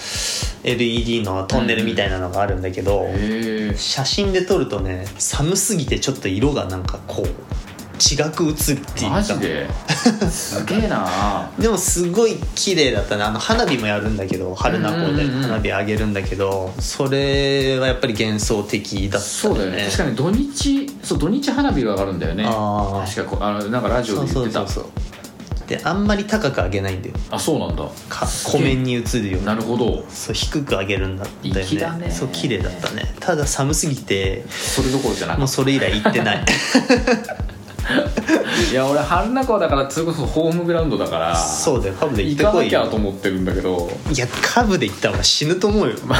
Speaker 2: LED のトンネルみたいなのがあるんだけど、
Speaker 1: ええ
Speaker 2: 写真で撮るとね寒すぎてちょっと色がなんかこう違く映るっていうか
Speaker 1: マジですげえな
Speaker 2: でもすごい綺麗だったねあの花火もやるんだけど春名湖で
Speaker 1: うんうんうんうん
Speaker 2: 花火あげるんだけどそれはやっぱり幻想的だった
Speaker 1: そうだよね確かに土日そう土日花火が上がるんだよね
Speaker 2: あー
Speaker 1: 確かこあのなんかラジオ
Speaker 2: そう
Speaker 1: で言
Speaker 2: そ
Speaker 1: ってた
Speaker 2: うそうそうであんまり高く上げないんだよ
Speaker 1: あそうなんだ
Speaker 2: か湖面に映るように
Speaker 1: なるほど
Speaker 2: そう低く上げるんだったよね
Speaker 1: 粋だね
Speaker 2: そう綺麗だったねただ寒すぎて
Speaker 1: それどころじゃな
Speaker 2: も
Speaker 1: く
Speaker 2: うそれ以来行ってない
Speaker 1: いや俺春名湖だからそれこそホームグラウンドだから
Speaker 2: そうだよカブで行
Speaker 1: 行
Speaker 2: って
Speaker 1: か
Speaker 2: こ
Speaker 1: ないきゃ
Speaker 2: よ
Speaker 1: と思ってるんだけど
Speaker 2: いやカブで行ったら死ぬと思うよ
Speaker 1: マ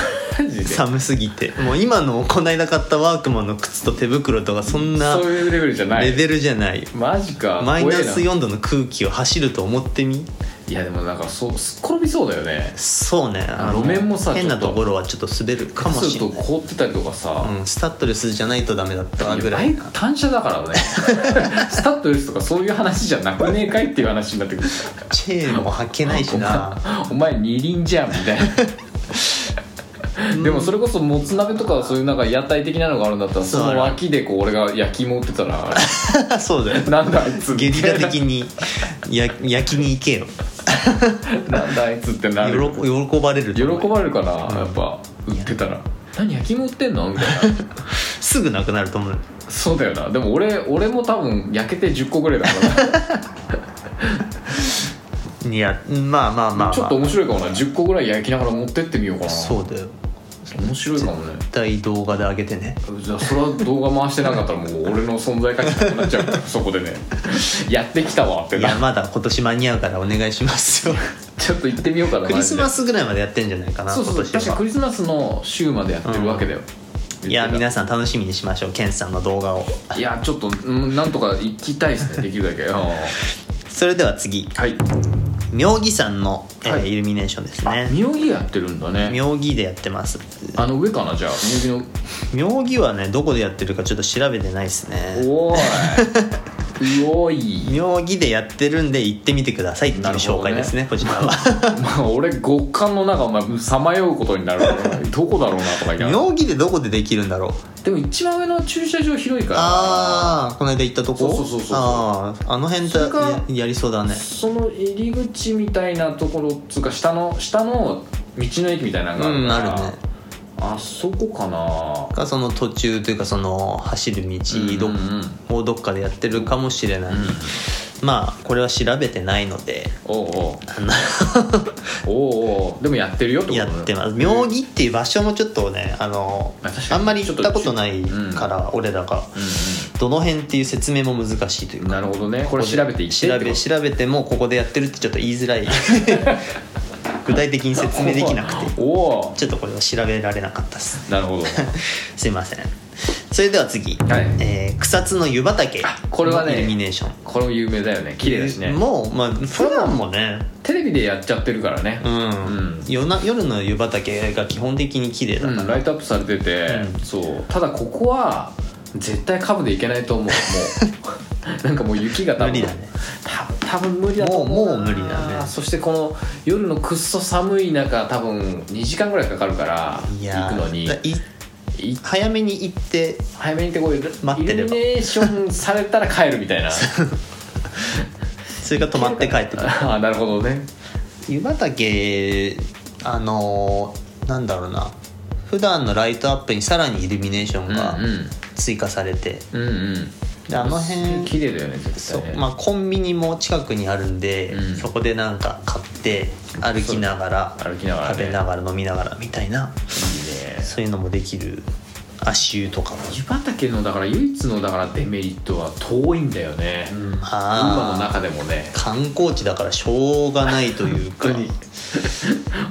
Speaker 1: ジで
Speaker 2: 寒すぎてもう今のこないだ買ったワークマンの靴と手袋とかそんな
Speaker 1: そういうレベルじゃな
Speaker 2: レ
Speaker 1: い
Speaker 2: ベルじゃない
Speaker 1: マジか
Speaker 2: マイナス
Speaker 1: 怖えな
Speaker 2: 4度の空気を走ると思ってみ
Speaker 1: いやでもなんかそうすっ転びそうだよね
Speaker 2: そうねあの
Speaker 1: 路面もさ
Speaker 2: 変
Speaker 1: ち
Speaker 2: な
Speaker 1: ょっと
Speaker 2: ところはちょっと滑るかもしれ
Speaker 1: そう
Speaker 2: な
Speaker 1: す
Speaker 2: い
Speaker 1: ると凍ってたりとかさ、
Speaker 2: うん、スタッドレスじゃないとダメだった
Speaker 1: い
Speaker 2: ぐ
Speaker 1: や
Speaker 2: ら
Speaker 1: あ
Speaker 2: い
Speaker 1: い単車だ からねスタッドレスとかそういう話じゃなくねえかいっていう話になってくる
Speaker 2: チェーンも履けないしな
Speaker 1: お前二輪じゃんみたいなでもそれこそもつ鍋とかそういうなんか屋台的なのがあるんだったら
Speaker 2: そ
Speaker 1: そうの脇でこう俺が焼き芋売ってた ら
Speaker 2: そうだよ
Speaker 1: なんだあいつ
Speaker 2: ゲリラ的
Speaker 1: に
Speaker 2: にや焼きに行けよ
Speaker 1: なんだあいつってなる
Speaker 2: 喜喜ばれると
Speaker 1: 喜
Speaker 2: 思う
Speaker 1: ばれるかな、やっぱ売ってたら何焼き芋売ってんのみたいな
Speaker 2: すぐなくなると思う
Speaker 1: そうだよなでも俺俺も多分焼けて10個ぐらいだ から
Speaker 2: いやまあまあまあ、まあ、
Speaker 1: ちょっと面白いかもな10個ぐらい焼きながら持ってってみようかな
Speaker 2: そうだよ
Speaker 1: 面白いかもね
Speaker 2: 絶対動画で上げてね
Speaker 1: じゃあそれは動画回してなかったらもう俺の存在価値なくなっちゃう からそこでねやってきたわって
Speaker 2: い
Speaker 1: な
Speaker 2: やまだ今年間に合うからお願いしま すよ
Speaker 1: ちょっと行ってみようかな
Speaker 2: クリスマ
Speaker 1: ス
Speaker 2: スぐらいまでやってんじゃないかな
Speaker 1: そうそう
Speaker 2: 今
Speaker 1: 確
Speaker 2: 年
Speaker 1: かク
Speaker 2: は
Speaker 1: リスマスの週までやってるわけだよ、
Speaker 2: いや皆
Speaker 1: さ
Speaker 2: さん楽しみにしましょうケンさんの動画を
Speaker 1: んいやちょっと、うん、なんとか行きたいですねできるだけうんは
Speaker 2: それでは次
Speaker 1: い
Speaker 2: 妙義山の、えー
Speaker 1: はい
Speaker 2: イルミネーションです
Speaker 1: あ
Speaker 2: ね
Speaker 1: 妙義やってるんだね
Speaker 2: 妙義でやってます
Speaker 1: あの上かなじゃあ妙義
Speaker 2: 妙義はねどこでやってるかちょっと調べてないですね
Speaker 1: のおーいおーい
Speaker 2: 妙義でやってるんで行ってみてくださいっていう
Speaker 1: なるほど
Speaker 2: 紹
Speaker 1: ね
Speaker 2: 介ですねこちらは
Speaker 1: まあ俺極寒の中お前さまようことになるからどこだろうなと か言いながら
Speaker 2: 妙義でどこでできるんだろう
Speaker 1: でも一番上の駐車場広いから
Speaker 2: ああこの間行ったとこ
Speaker 1: そうそうそうそうそう
Speaker 2: あーあの辺
Speaker 1: それ
Speaker 2: だ
Speaker 1: が
Speaker 2: ややりそうだね
Speaker 1: その入り口みたいなところっつうか下の下の道の駅みたいなのがあるから、
Speaker 2: うんあるね
Speaker 1: あそこかな
Speaker 2: がその途中というかその走る
Speaker 1: う
Speaker 2: 道
Speaker 1: んうん
Speaker 2: どをどっかでやってるかもしれない、まあこれは調べてないので
Speaker 1: おう おう
Speaker 2: あの
Speaker 1: おうおうでもやってるよってこと
Speaker 2: やってます妙義っていう場所もちょっとねあの
Speaker 1: あ確か
Speaker 2: あ
Speaker 1: に
Speaker 2: んまり行ったことないから俺らがどの辺っていう説明も難しいというか
Speaker 1: なるほどねこれ調べていって
Speaker 2: 調べ調べてもここでやってるってちょっと言いづ らい具体的に説明できなくて
Speaker 1: ておおお
Speaker 2: ちょっとこれは調べられなかったです
Speaker 1: なるほど
Speaker 2: すいませんそれでは次、
Speaker 1: はい
Speaker 2: えー草津の湯畑
Speaker 1: これはね
Speaker 2: のイルミネーション
Speaker 1: これも有名だよね綺麗だしね
Speaker 2: もうまあ普段もね
Speaker 1: テレビでやっちゃってるからね
Speaker 2: うん、
Speaker 1: うん
Speaker 2: 夜な夜の湯畑が基本的に綺麗だ
Speaker 1: う
Speaker 2: か
Speaker 1: ん
Speaker 2: ら、
Speaker 1: ライトアップされてて、
Speaker 2: うん
Speaker 1: そうただここは絶対カブでいけないと思うも うなんかもう雪が多分
Speaker 2: 無理だね
Speaker 1: た多分無理だと思うな
Speaker 2: もうもう無理だね
Speaker 1: そしてこの夜のくっそ寒い中多分2時間ぐらいかかるから
Speaker 2: いや
Speaker 1: 行く
Speaker 2: ー
Speaker 1: のに
Speaker 2: だい
Speaker 1: い
Speaker 2: 早めに行って
Speaker 1: 早めに行ってこい
Speaker 2: 待ってれ
Speaker 1: イ
Speaker 2: ば
Speaker 1: ルミネーションされたら帰るみたいな
Speaker 2: それ が止まって帰ってくる
Speaker 1: ああなるほどね
Speaker 2: 湯畑あのーなんだろうな普段のライトアップにさらにイルミネーションが
Speaker 1: うんうん
Speaker 2: 追加されて、
Speaker 1: うんうん
Speaker 2: であの辺
Speaker 1: 綺麗だよね絶
Speaker 2: そう
Speaker 1: 対ね
Speaker 2: まあ、コンビニも近くにあるんで、
Speaker 1: うん
Speaker 2: そこでなんか買って歩きながら
Speaker 1: そう歩きながらね
Speaker 2: 食べながら飲みながらみたいない
Speaker 1: いね
Speaker 2: そういうのもできる足湯とか
Speaker 1: 湯畑のだから唯一のだからデメリットは遠いんだよね、群馬
Speaker 2: あ
Speaker 1: の
Speaker 2: ー
Speaker 1: 中でもね
Speaker 2: 観光地だからしょうがないというか
Speaker 1: 本当に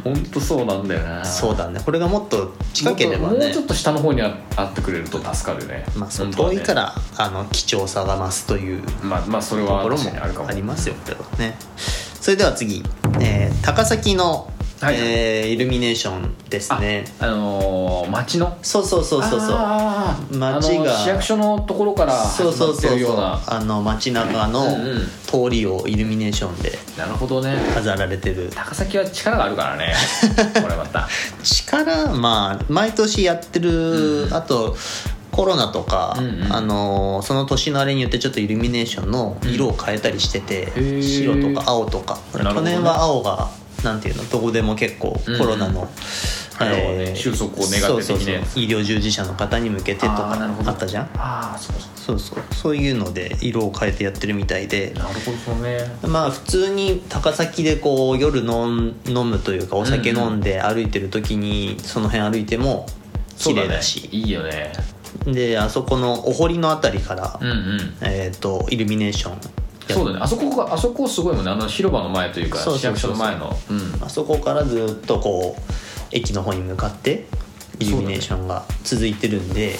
Speaker 1: 本当そうなんだよな
Speaker 2: そうだねこれがもっと近ければ
Speaker 1: もっとも
Speaker 2: ね
Speaker 1: うちょっと下の方にああってくれると助かるね
Speaker 2: まあ、その
Speaker 1: 本当は
Speaker 2: 遠
Speaker 1: ね
Speaker 2: いから、あの貴重さが増すという
Speaker 1: まあまあそれ
Speaker 2: と
Speaker 1: は
Speaker 2: ころ
Speaker 1: 確
Speaker 2: も
Speaker 1: かにあるかも
Speaker 2: ありますよけどねそれでは次、えー高崎の、
Speaker 1: はい
Speaker 2: えーイルミネーションですね
Speaker 1: あのー町の
Speaker 2: そうそうそうそうそう
Speaker 1: あー
Speaker 2: 町が
Speaker 1: あの市役所のところから始
Speaker 2: そうそ
Speaker 1: ま
Speaker 2: う
Speaker 1: って
Speaker 2: そう
Speaker 1: るよ
Speaker 2: そうう
Speaker 1: な
Speaker 2: あの街中の
Speaker 1: うんうん
Speaker 2: 通りをイルミネーションで
Speaker 1: なるほどね
Speaker 2: 飾られてる
Speaker 1: 高崎は力があるから ねこれまた
Speaker 2: 力まあ毎年やってる、あとコロナとか、
Speaker 1: うんうん
Speaker 2: あのその年のあれによってちょっとイルミネーションの色を変えたりしてて、
Speaker 1: ー
Speaker 2: 白とか青とか
Speaker 1: なるほ
Speaker 2: 去
Speaker 1: どね
Speaker 2: 年は青がなんていうのどこでも結構
Speaker 1: うんうん
Speaker 2: コロナの、
Speaker 1: 青はね収束を願って的なやつ
Speaker 2: そうそうそう医療従事者の方に向けてと
Speaker 1: あーなる
Speaker 2: か
Speaker 1: ほど
Speaker 2: あったじゃん
Speaker 1: ああそうそ
Speaker 2: そうそうそういうので色を変えてやってるみたいで
Speaker 1: うなるほどね
Speaker 2: まあ普通に高崎でこう夜のん飲むというかお酒飲んで歩いてる時にその辺歩いても綺麗だ
Speaker 1: そう
Speaker 2: し
Speaker 1: ね、いいよね
Speaker 2: であそこのお堀のあたりから、
Speaker 1: うんうん
Speaker 2: えー、とイルミネーションや
Speaker 1: そうだねあそこがあそこすごいもんねあの広場の前というか
Speaker 2: そうそう
Speaker 1: 市
Speaker 2: そう
Speaker 1: 役所の前のうん
Speaker 2: あそこからずっとこう駅の方に向かってイルミネーションが続いてるんで、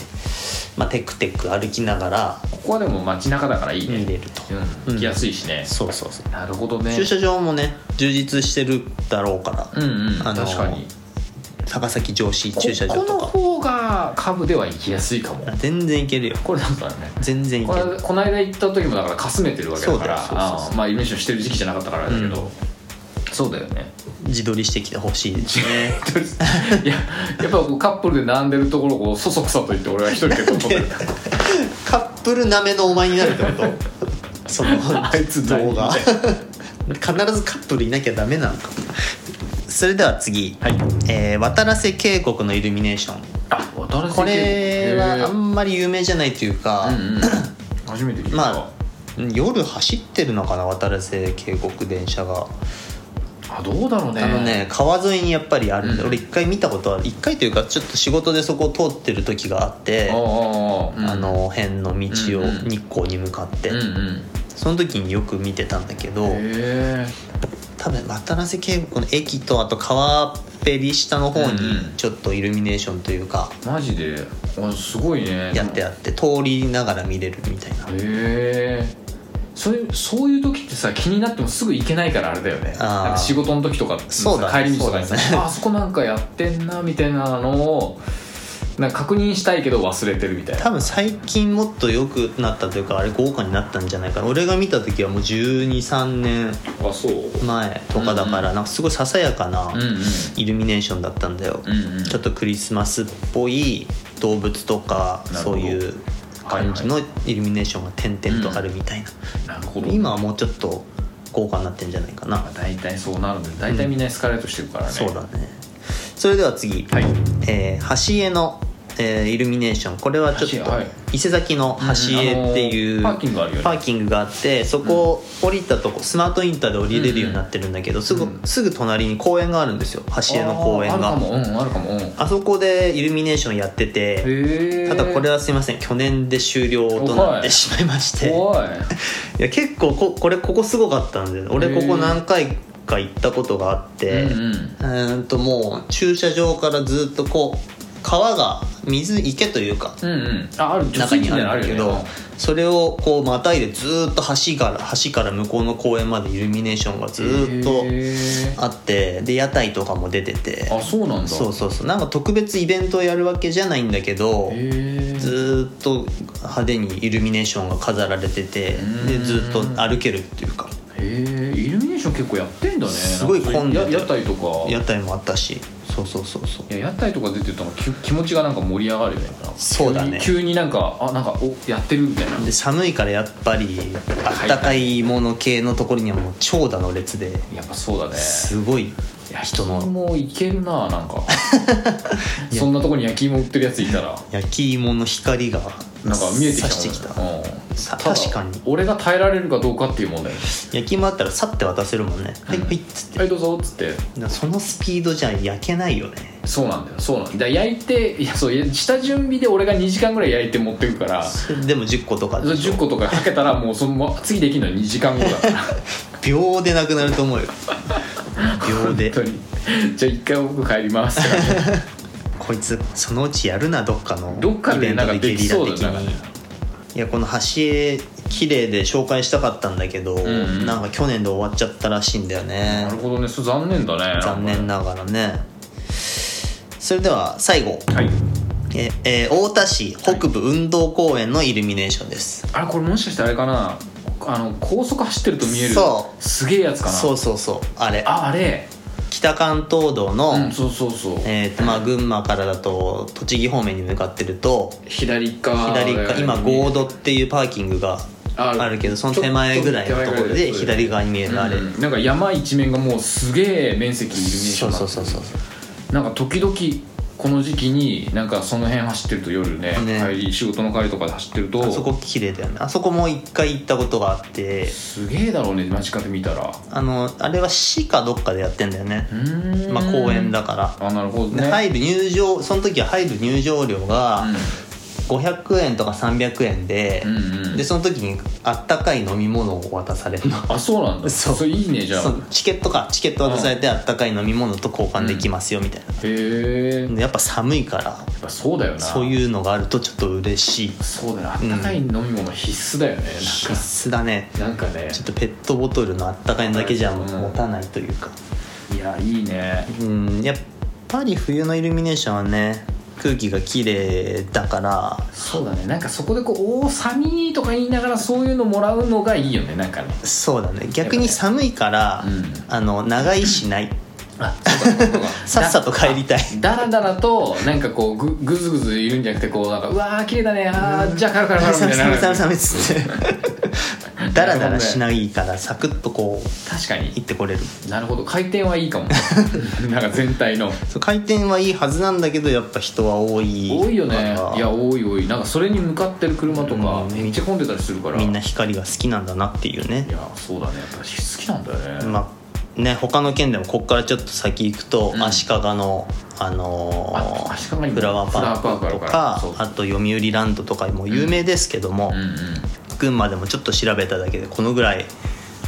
Speaker 2: まあ、テクテク歩きながら
Speaker 1: ここはでも街中だからいい
Speaker 2: 見
Speaker 1: ね
Speaker 2: れると、
Speaker 1: うん行きやすいしね
Speaker 2: そうそうそう
Speaker 1: なるほどね
Speaker 2: 駐車場もね充実してるだろうから、
Speaker 1: うんうん
Speaker 2: あの
Speaker 1: 確かに
Speaker 2: 高崎城市駐車場
Speaker 1: こことの
Speaker 2: か
Speaker 1: 方が株では行きやすいかも
Speaker 2: 全然いけるよ
Speaker 1: これなんだね
Speaker 2: 全然い
Speaker 1: こ
Speaker 2: け
Speaker 1: の
Speaker 2: る
Speaker 1: この間行った時もだからかすめてるわけだから
Speaker 2: そうだよそうそうそう
Speaker 1: あーまあイルミネーションしてる時期じゃなかったからだけど、
Speaker 2: う
Speaker 1: そうだよね
Speaker 2: 自撮りしてきてほしいですね
Speaker 1: いややっぱこうカップルで並んでるところをこうそそくさと言って俺は一人で撮っ てる
Speaker 2: カップルなめのお前になるってこと その
Speaker 1: あいつ何
Speaker 2: 動画 必ずカップルいなきゃダメなのかそれでは次、
Speaker 1: はい
Speaker 2: えー渡良瀬渓谷のイルミネーション
Speaker 1: あ渡良瀬渓谷
Speaker 2: これ
Speaker 1: へ
Speaker 2: はあ
Speaker 1: ー
Speaker 2: んまり有名じゃないというか、
Speaker 1: うんうん、初めて聞いた
Speaker 2: まあ夜走ってるのかな渡良瀬渓谷電車が
Speaker 1: あどうだろうね
Speaker 2: あのね川沿いにやっぱりあるんで、
Speaker 1: うん
Speaker 2: 俺一回見たことある一回というかちょっと仕事でそこを通ってる時があって
Speaker 1: ああ
Speaker 2: あの辺の道を
Speaker 1: うんうん
Speaker 2: 日光に向かって、
Speaker 1: うんうん
Speaker 2: その時によく見てたんだけど
Speaker 1: へえ
Speaker 2: 多分渡良瀬渓谷の駅とあと川っぺり下の方
Speaker 1: うんうん
Speaker 2: にちょっとイルミネーションというか
Speaker 1: マジであすごいね
Speaker 2: やってあって通りながら見れるみたいな
Speaker 1: へえそういうそういう時ってさ気になってもすぐ行けないからあれだよね
Speaker 2: あー
Speaker 1: なんか仕事の時とか
Speaker 2: そうだね
Speaker 1: 帰り道とかにさ、
Speaker 2: そうだね
Speaker 1: ああそこなんかやってんなみたいなのをなんか確認したいけど忘れてるみたいな
Speaker 2: 多分最近もっと良くなったというかあれ豪華になったんじゃないかな俺が見た時はもう1 2 3年
Speaker 1: あそう
Speaker 2: 前とかだから、なんかすごいささやかな
Speaker 1: うんうん
Speaker 2: イルミネーションだったんだよ、
Speaker 1: うんうん
Speaker 2: ちょっとクリスマスっぽい動物とか
Speaker 1: なるほ
Speaker 2: そ
Speaker 1: ど
Speaker 2: ういう感じのイルミネーションが点々とあるみたいな、
Speaker 1: なるほど
Speaker 2: 今はもうちょっと豪華になってんじゃないかな、
Speaker 1: 大体そうなるんで大体みんなエスカレートしてるからね、
Speaker 2: そうだねそれでは次、
Speaker 1: はい
Speaker 2: えー橋絵の、えーイルミネーションこれはちょっ
Speaker 1: 橋
Speaker 2: と
Speaker 1: はい
Speaker 2: 伊勢崎の橋絵っていう、
Speaker 1: うんあのーパーキングあるよね
Speaker 2: パーキングがあってそこを降りたとこスマートインターで降りれるようになってるんだけど、すぐ
Speaker 1: うん
Speaker 2: すぐ隣に公園があるんですよ橋絵の公園
Speaker 1: あーあ
Speaker 2: が
Speaker 1: るかもうんあるかもうんへ
Speaker 2: あそこでイルミネーションやってて
Speaker 1: え
Speaker 2: ただこれ
Speaker 1: は
Speaker 2: はすいません去年で終了となってしまいまして
Speaker 1: おい
Speaker 2: いや結構ここれここすごかったんで俺ここ何回か行ったことがあって、
Speaker 1: うんうん
Speaker 2: うーんともう駐車場からずっとこう川が水池というか
Speaker 1: うんうんあある
Speaker 2: 中
Speaker 1: 除水器
Speaker 2: にあるんだけど、
Speaker 1: みたいなのあるよね
Speaker 2: それをこうまたいでずーっと橋から橋から向こうの公園までイルミネーションがずーっと
Speaker 1: へー
Speaker 2: あってで屋台とかも出てて
Speaker 1: あそうなんだ
Speaker 2: そうそうそうなんか特別イベントをやるわけじゃないんだけど
Speaker 1: へえ
Speaker 2: ずーっと派手にイルミネーションが飾られててで
Speaker 1: うん
Speaker 2: ずーっと歩けるっていうか
Speaker 1: へえイルミネーション結構やってんだね
Speaker 2: すごい混んで
Speaker 1: なかそ
Speaker 2: て
Speaker 1: ういうや屋台とか
Speaker 2: 屋台もあったしそうそうそうそう
Speaker 1: いや屋台とか出てるとなんかき気持ちがなんか盛り上がるよねなんか
Speaker 2: そうだね
Speaker 1: 急に急になんかあなんかおやってるみたいな
Speaker 2: で寒いからやっぱりあったかいもの系のところにはもう長蛇の列で
Speaker 1: やっぱそうだね
Speaker 2: すごい人
Speaker 1: 焼き
Speaker 2: の
Speaker 1: 芋いける ななんかそんなとこに焼き芋売ってるやついたら
Speaker 2: 焼き芋の光が
Speaker 1: なんか見えてきた
Speaker 2: 刺してきた
Speaker 1: うん
Speaker 2: さ
Speaker 1: ただ
Speaker 2: 確かに
Speaker 1: 俺が耐えられるかどうかっていう問題
Speaker 2: 焼き芋あったらさって渡せるもんね、はい
Speaker 1: うん
Speaker 2: はいっつって
Speaker 1: はいどうぞっつって
Speaker 2: そのスピードじゃ焼けないよね
Speaker 1: そうなんだよそうなんだから焼いていやそういや下準備で俺が2時間ぐらい焼いて持ってくからそ
Speaker 2: それでも10個と か
Speaker 1: れ
Speaker 2: でしょ
Speaker 1: 10個とかはけたらもうそのま次できるのは2時間後だ から
Speaker 2: 秒でなくなると思うよ秒 で
Speaker 1: 本当にじゃあ一回僕帰り ますって感
Speaker 2: こいつそのうちやるなどっかの
Speaker 1: じどっか
Speaker 2: イ
Speaker 1: で
Speaker 2: ベン
Speaker 1: な
Speaker 2: ト
Speaker 1: んか
Speaker 2: でゲ
Speaker 1: でき
Speaker 2: リラ
Speaker 1: そう
Speaker 2: 的
Speaker 1: だよなんか
Speaker 2: にいやこの橋絵綺麗で紹介したかったんだけど、
Speaker 1: ん
Speaker 2: なんか去年で終わっちゃったらしいんだよね
Speaker 1: なるほどねそれ残念だね
Speaker 2: 残念ながらねそれでは最後
Speaker 1: はい
Speaker 2: え、えー太田市北部運動公園のイルミネーションです、
Speaker 1: あれこれもしかしてあれかなあの高速走ってると見える
Speaker 2: そ
Speaker 1: すげえやつかな
Speaker 2: そうそうそうあれ
Speaker 1: ああれ
Speaker 2: 北関東道の、
Speaker 1: うんそうそうそう、
Speaker 2: えーとまあ、群馬からだと栃木方面に向かってると
Speaker 1: 左側
Speaker 2: 左側今ゴードっていうパーキングが
Speaker 1: ある
Speaker 2: あるけどその手前ぐらいのところで
Speaker 1: ちょっと手前ぐらいのところで
Speaker 2: 左側に見えるあれ、
Speaker 1: うんなんか山一面がもうすげえ面積イルミネーション
Speaker 2: そう
Speaker 1: になっ
Speaker 2: そ
Speaker 1: て
Speaker 2: うそうそう
Speaker 1: なんか時々この時期になんかその辺走ってると夜ね
Speaker 2: ね
Speaker 1: 帰り仕事の帰りとかで走ってると
Speaker 2: あそこ綺麗だよねあそこも一回行ったことがあって
Speaker 1: すげえだろうね間近で見たら
Speaker 2: あのあれは市かどっかでやってんだよね
Speaker 1: う、ーん
Speaker 2: まあ、公園だから
Speaker 1: あなるほど
Speaker 2: で
Speaker 1: ね
Speaker 2: 入る入場その時は入る入場料が500円とか300円で
Speaker 1: うん、うんうん
Speaker 2: でその時にあったかい飲み物を渡されるの
Speaker 1: あそうなんだ
Speaker 2: そう
Speaker 1: それいいねじゃ
Speaker 2: そ
Speaker 1: あ
Speaker 2: うチケットかチケット渡されてあったかい飲み物と交換できますよみたい
Speaker 1: へえ
Speaker 2: なでやっぱ寒いから
Speaker 1: やっぱそうだよな
Speaker 2: そういうのがあるとちょっと嬉しい
Speaker 1: そうだよあったかい飲み物必須だよね、
Speaker 2: 必須だね
Speaker 1: なんかなんかね
Speaker 2: ちょっとペットボトルのあったかいのだけじゃ
Speaker 1: うん
Speaker 2: 持たないというか
Speaker 1: いやいいね
Speaker 2: うんやっぱり冬のイルミネーションはね空気が綺麗だから
Speaker 1: そうだねなんかそこでこう「おお寒い」とか言いながらそういうのもらうのがいいよねなんかね
Speaker 2: そうだね逆に寒いから、
Speaker 1: うん
Speaker 2: あの長居しない
Speaker 1: あそうだそうだ
Speaker 2: さっさと帰りたい
Speaker 1: だらだらとなんかこうぐぐずぐずいるんじゃなくてこうなんか「うわー綺麗だねあーじゃあ帰る帰る帰る」み
Speaker 2: 寒い
Speaker 1: たいな
Speaker 2: 寒い寒い寒いっつって ダラダラしないからサクッとこう
Speaker 1: 確か
Speaker 2: 行
Speaker 1: に
Speaker 2: ってこれる
Speaker 1: なるほど回転はいいかもなんか全体の
Speaker 2: そう回転はいいはずなんだけどやっぱ人は多い
Speaker 1: 多いよね
Speaker 2: から
Speaker 1: いや多い多いなんかそれに向かってる車とか
Speaker 2: うん
Speaker 1: めっちゃ混んでたりするから
Speaker 2: みんな光が好きなんだなっていうね
Speaker 1: いやそうだねやっぱ好きなんだよね、
Speaker 2: まあね他の県でもここからちょっと先行くと、
Speaker 1: うん
Speaker 2: 足利のあのー
Speaker 1: あ足利にも
Speaker 2: フラワーパ
Speaker 1: フラワー
Speaker 2: ー
Speaker 1: パークある
Speaker 2: クと
Speaker 1: か
Speaker 2: から
Speaker 1: そう
Speaker 2: あと読売ランドとかも有名ですけども、
Speaker 1: うんうん
Speaker 2: 群馬でもちょっと調べただけでこのぐらい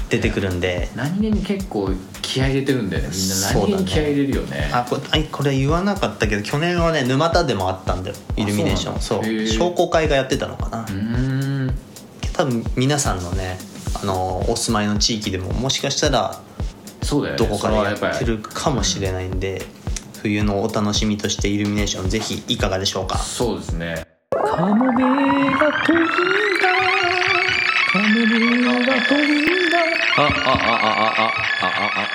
Speaker 2: 出てくるんで、
Speaker 1: 何気に結構気合い入れてるんだよねみんな何気に気合い入れるよね
Speaker 2: あこあこれ言わなかったけど去年はね沼田でもあったんだよイルミネーション
Speaker 1: そ
Speaker 2: そうう
Speaker 1: なんだへー
Speaker 2: 商工会がやってたのかな、
Speaker 1: うーん
Speaker 2: 多分皆さんのねあのお住まいの地域でももしかしたら
Speaker 1: そうだよね
Speaker 2: どこか
Speaker 1: そ
Speaker 2: で
Speaker 1: れは
Speaker 2: や
Speaker 1: やっぱり
Speaker 2: ってるかもしれないんで冬のお楽しみとしてイルミネーションぜひいかがでしょうか
Speaker 1: そうですね
Speaker 3: カモメが飛んだカモメが飛んだ
Speaker 1: ああああああああ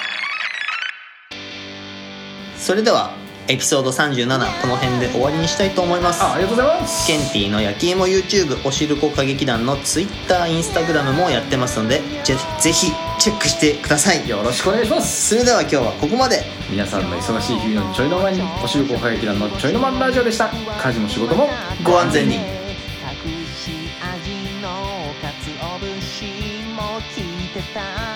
Speaker 2: それではエピソード37この辺で終わりにしたいと思います
Speaker 1: あありがとうございます
Speaker 2: ケンティの焼き芋 YouTube おしるこ歌劇団の TwitterInstagram もやってますのでぜぜひチェックしてください
Speaker 1: よろしくお願いします
Speaker 2: それでは今日はここまで
Speaker 1: 皆さんの忙しい日々のちょいの間におしるこ歌劇団のちょいの間ラジオでした家事も仕事も
Speaker 2: ご安全に
Speaker 4: 隠し味の鰹節も聞いてた